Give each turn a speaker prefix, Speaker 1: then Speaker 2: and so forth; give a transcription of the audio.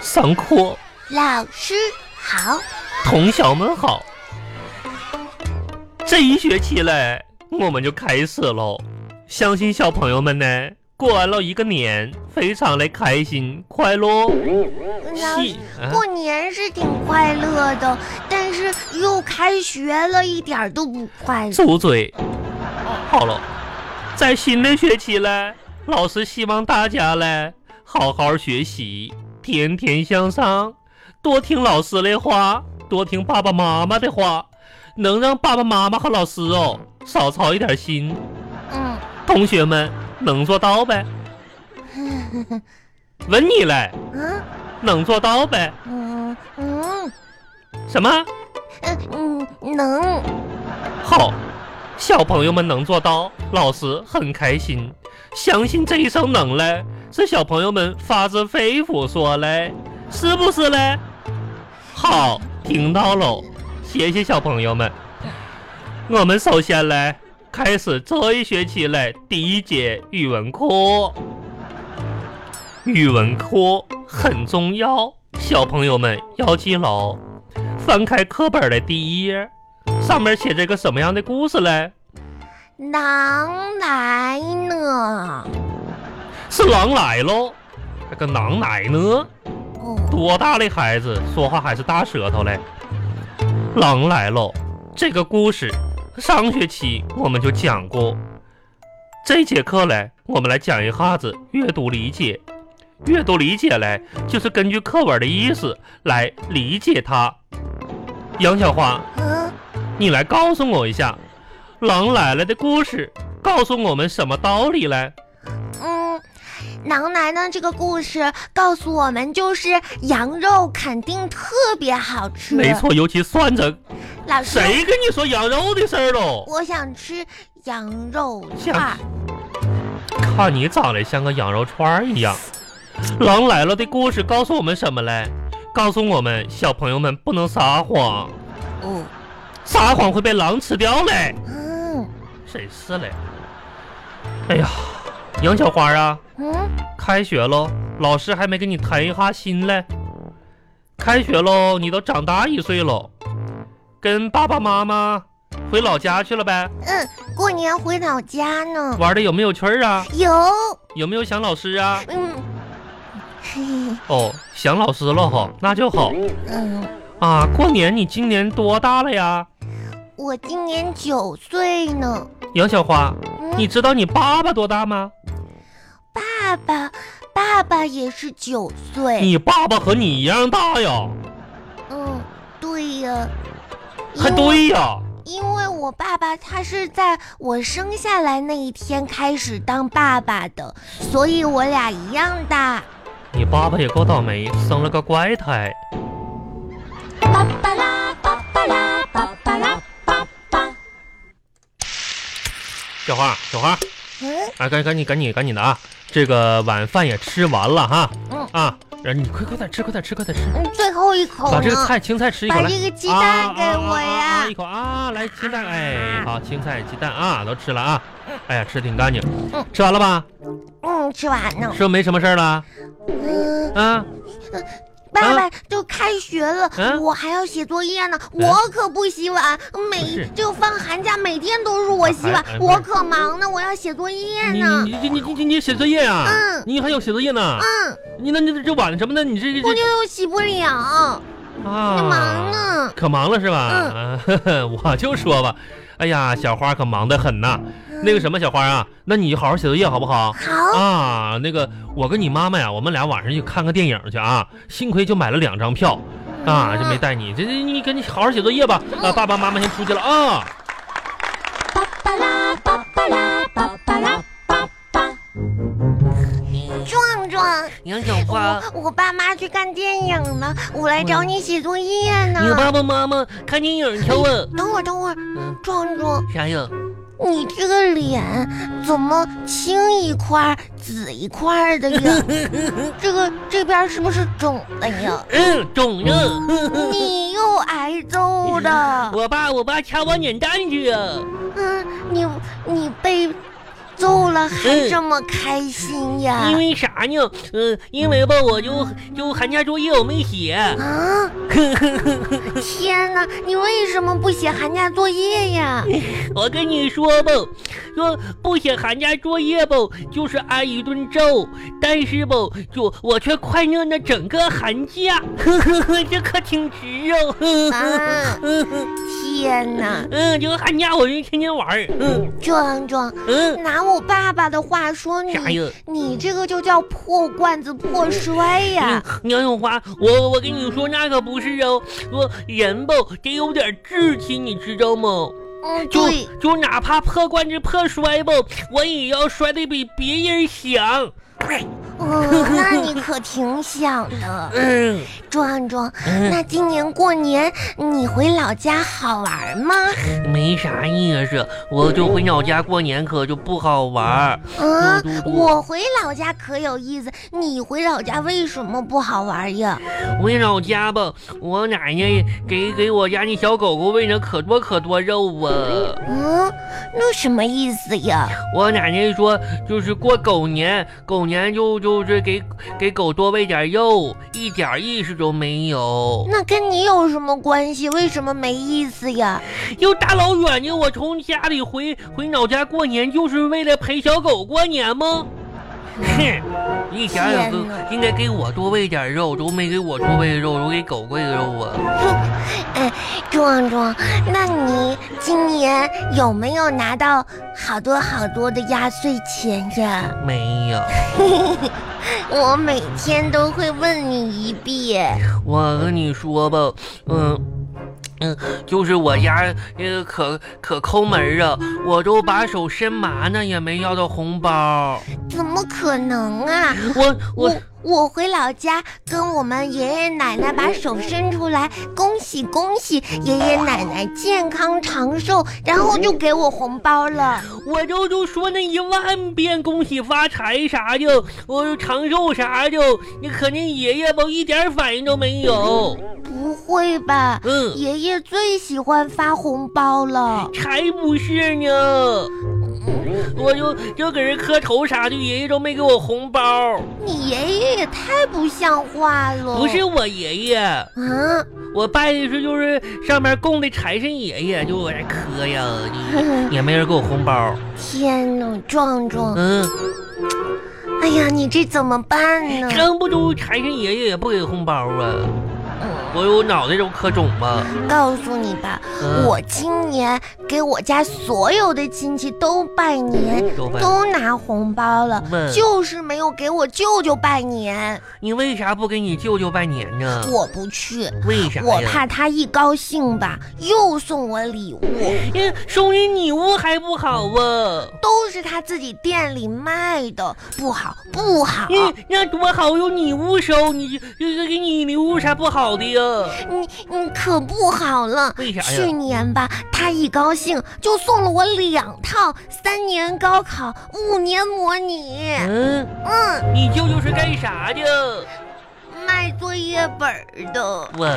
Speaker 1: 上课。
Speaker 2: 老师好，
Speaker 1: 同学们好，这一学期嘞，我们就开始喽。相信小朋友们呢，过完了一个年，非常的开心快乐哦。
Speaker 2: 老师
Speaker 1: 信啊
Speaker 2: 过年是挺快乐的，但是又开学了，一点儿都不快乐。
Speaker 1: 住嘴！好了，在新的学期嘞，老师希望大家嘞好好学习，天天向上，多听老师的话，多听爸爸妈妈的话，能让爸爸妈妈和老师哦少操一点心。
Speaker 2: 嗯，
Speaker 1: 同学们能做到呗？问你嘞，
Speaker 2: 嗯
Speaker 1: 能做到呗？
Speaker 2: 嗯嗯
Speaker 1: 什么？
Speaker 2: 嗯嗯，能。
Speaker 1: 好，小朋友们能做到，老师很开心。相信这一声“能”嘞，是小朋友们发自肺腑说嘞，是不是嘞？好，听到喽，谢谢小朋友们。我们首先嘞，开始这一学期嘞第一节语文课。语文课很重要，小朋友们要记牢。翻开课本的第一页，上面写着个什么样的故事嘞？
Speaker 2: 狼来呢？
Speaker 1: 是狼来喽，那个狼来呢？
Speaker 2: 哦，
Speaker 1: 多大的孩子说话还是大舌头嘞？狼来喽，这个故事上学期我们就讲过，这节课嘞，我们来讲一下子阅读理解。阅读理解嘞，就是根据课文的意思来理解它。杨小花，
Speaker 2: 嗯，
Speaker 1: 你来告诉我一下，《狼来了》的故事告诉我们什么道理嘞？
Speaker 2: 嗯，狼来呢这个故事告诉我们，就是羊肉肯定特别好吃。
Speaker 1: 没，错，尤其算着
Speaker 2: 老师，
Speaker 1: 谁跟你说羊肉的事儿喽？
Speaker 2: 我想吃羊肉串
Speaker 1: 想
Speaker 2: 儿。
Speaker 1: 看你长得像个羊肉串儿一样。《狼来了》的故事告诉我们什么嘞？告诉我们小朋友们不能撒谎，
Speaker 2: 哦，
Speaker 1: 撒谎会被狼吃掉嘞。
Speaker 2: 嗯
Speaker 1: 真是嘞。哎呀，杨小花啊，
Speaker 2: 嗯，
Speaker 1: 开学喽，老师还没跟你谈一下心嘞。开学喽，你都长大一岁喽，跟爸爸妈妈回老家去了呗？
Speaker 2: 嗯过年回老家呢。
Speaker 1: 玩的有没有趣儿啊？
Speaker 2: 有，
Speaker 1: 有没有想老师啊？
Speaker 2: 嗯，嘿嘿，
Speaker 1: 哦，想老师了哈，那就好
Speaker 2: 嗯，
Speaker 1: 啊。过年你今年多大了呀？
Speaker 2: 我今年九岁呢。
Speaker 1: 杨小花，
Speaker 2: 嗯
Speaker 1: 你知道你爸爸多大吗？
Speaker 2: 爸爸，爸爸也是九岁。
Speaker 1: 你爸爸和你一样大呀，
Speaker 2: 嗯，对呀。
Speaker 1: 还
Speaker 2: 因为，
Speaker 1: 对呀。
Speaker 2: 因为我爸爸他是在我生下来那一天开始当爸爸的，所以我俩一样大。
Speaker 1: 你爸爸也够倒霉，生了个怪胎。
Speaker 2: 巴巴拉巴巴拉巴巴拉巴巴。
Speaker 1: 小花，小花，
Speaker 2: 嗯，
Speaker 1: 啊，赶赶紧赶紧赶紧的啊！这个晚饭也吃完了哈，
Speaker 2: 嗯
Speaker 1: 啊，然后你快快点吃，快点吃，快点吃，
Speaker 2: 嗯最后一口呢？
Speaker 1: 把这个菜青菜吃一口
Speaker 2: 把
Speaker 1: 来，
Speaker 2: 这个鸡蛋给我
Speaker 1: 啊啊
Speaker 2: 呀！
Speaker 1: 啊啊一口啊，来青菜，哎，好，青菜鸡蛋啊，都吃了啊，哎呀，吃的挺干净
Speaker 2: 嗯，
Speaker 1: 吃完了吧？
Speaker 2: 嗯，吃完呢
Speaker 1: 是。不是没什么事儿了？
Speaker 2: 嗯，
Speaker 1: 啊，
Speaker 2: 爸爸就开学了，
Speaker 1: 嗯
Speaker 2: 我还要写作业呢，我可不洗碗，每
Speaker 1: 哎是
Speaker 2: 就放寒假每天都是我洗碗
Speaker 1: 哎哎，不是
Speaker 2: 我可忙呢，我要写作业
Speaker 1: 你
Speaker 2: 呢。
Speaker 1: 你你你你你写作业啊？
Speaker 2: 嗯
Speaker 1: 你还有写作业呢？
Speaker 2: 嗯，
Speaker 1: 你那那这碗什么的，你这这
Speaker 2: 我
Speaker 1: 这
Speaker 2: 就又洗不了，
Speaker 1: 啊
Speaker 2: 就忙呢。
Speaker 1: 可忙了是吧？啊呵呵，我就说吧，哎呀，小花可忙得很呐。那个什么，小花啊，那你好好写作业好不好？
Speaker 2: 好，
Speaker 1: 啊，那个我跟你妈妈呀，我们俩晚上去看个电影去啊，幸亏就买了两张票啊，就没带你。这这你赶紧好好写作业吧。啊，爸爸妈妈先出去了啊。
Speaker 2: 巴巴拉巴巴拉巴巴拉巴巴。嗯壮壮，
Speaker 1: 杨小
Speaker 2: 我，我爸妈去看电影了，我来找你写作业呢。
Speaker 1: 嗯爸妈妈看电影去了？
Speaker 2: 等会儿，等会儿，
Speaker 1: 嗯，
Speaker 2: 壮壮，
Speaker 1: 啥呀？
Speaker 2: 你这个脸怎么青一块儿紫一块儿 的呀？这个这边是不是肿了呀？
Speaker 1: 嗯，肿着。
Speaker 2: 你又挨揍 了，
Speaker 1: 我爸，我爸掐我脸蛋去啊。
Speaker 2: 嗯，你你被揍了还这么开心呀？
Speaker 1: 因为啥呢？呃，因为吧，我就就寒假作业我没写，
Speaker 2: 啊！天哪，你为什么不写寒假作业呀？
Speaker 1: 我跟你说吧，说不写寒假作业吧，就是挨一顿揍，但是吧，就我却快乐了整个寒假， 呵呵呵，这可挺值哦。呵
Speaker 2: 啊
Speaker 1: 呵呵
Speaker 2: 天哪！
Speaker 1: 嗯，这个寒假我就天天玩儿，嗯
Speaker 2: 壮壮，
Speaker 1: 嗯，
Speaker 2: 拿我爸爸的话说
Speaker 1: 啥
Speaker 2: 你，
Speaker 1: 呀？
Speaker 2: 你这个就叫破罐子破摔哎呀！
Speaker 1: 嗯杨永华，我我跟你说，那可不是哦，说人吧得有点志气，你知道吗？
Speaker 2: 嗯，
Speaker 1: 就
Speaker 2: 对，
Speaker 1: 就哪怕破罐子破摔吧，我也要摔得比别人响。
Speaker 2: 嗯，那你可挺想的，
Speaker 1: 嗯
Speaker 2: 壮壮。
Speaker 1: 嗯，
Speaker 2: 那今年过年你回老家好玩吗？
Speaker 1: 没啥意思，我就回老家过年，可就不好玩儿。
Speaker 2: 啊
Speaker 1: 嘟嘟，嘟
Speaker 2: 我回老家可有意思，你回老家为什么不好玩呀？
Speaker 1: 回老家吧，我奶奶给给我家那小狗狗喂了可多可多肉啊。
Speaker 2: 嗯，那什么意思呀？
Speaker 1: 我奶奶说，就是过狗年，狗年就就是给给狗多喂点肉，一点意思都没有。
Speaker 2: 那跟你有什么关系？为什么没意思呀？
Speaker 1: 又大老远的，我从家里回回老家过年，就是为了陪小狗过年吗？哼，你想想
Speaker 2: 天哪，
Speaker 1: 应该给我多喂点肉，都没给我多喂肉，都给狗喂肉啊！
Speaker 2: 壮壮，那你今年有没有拿到好多好多的压岁钱呀？
Speaker 1: 没有，
Speaker 2: 我每天都会问你一遍。
Speaker 1: 我跟你说吧，嗯。嗯，就是我家那个可可抠门儿啊，我都把手伸麻呢，也没要到红包。
Speaker 2: 怎么可能啊！
Speaker 1: 我我
Speaker 2: 我我回老家跟我们爷爷奶奶把手伸出来，恭喜恭喜爷爷奶奶健康长寿，然后就给我红包了。
Speaker 1: 我就就说那一万遍恭喜发财啥的，我就长寿啥的，你可那爷爷吧一点反应都没有。
Speaker 2: 不会吧？
Speaker 1: 嗯，
Speaker 2: 爷爷最喜欢发红包了。
Speaker 1: 才不是呢。我就就搁这磕头啥的，爷爷都没给我红包。
Speaker 2: 你爷爷也太不像话了。
Speaker 1: 不是我爷爷，
Speaker 2: 啊，
Speaker 1: 我拜的是就是上面供的财神爷爷，就我这磕呀，就也没人给我红包。
Speaker 2: 天哪，壮壮，
Speaker 1: 嗯，
Speaker 2: 哎呀，你这怎么办呢？
Speaker 1: 真不都财神爷爷也不给红包啊？我我脑袋都磕肿了。
Speaker 2: 嗯告诉你吧，
Speaker 1: 嗯
Speaker 2: 我今年给我家所有的亲戚都拜年，
Speaker 1: 嗯都拜嗯
Speaker 2: 都拿红包了
Speaker 1: 问，
Speaker 2: 就是没有给我舅舅拜年，
Speaker 1: 你为啥不给你舅舅拜年呢？
Speaker 2: 我不去，
Speaker 1: 为啥呀？
Speaker 2: 我怕他一高兴吧，又送我礼物，
Speaker 1: 人送你礼物还不好啊？
Speaker 2: 都是他自己店里卖的，不好不好，
Speaker 1: 嗯，那多好，有礼物收，你这个给你礼物有啥不好的呀？
Speaker 2: 你你嗯可不好了。
Speaker 1: 为啥
Speaker 2: 去
Speaker 1: 呀？
Speaker 2: 年吧，他一高兴就送了我两套三年高考、五年模拟。
Speaker 1: 嗯嗯，你舅舅是干啥的？
Speaker 2: 卖作业本儿的。
Speaker 1: 我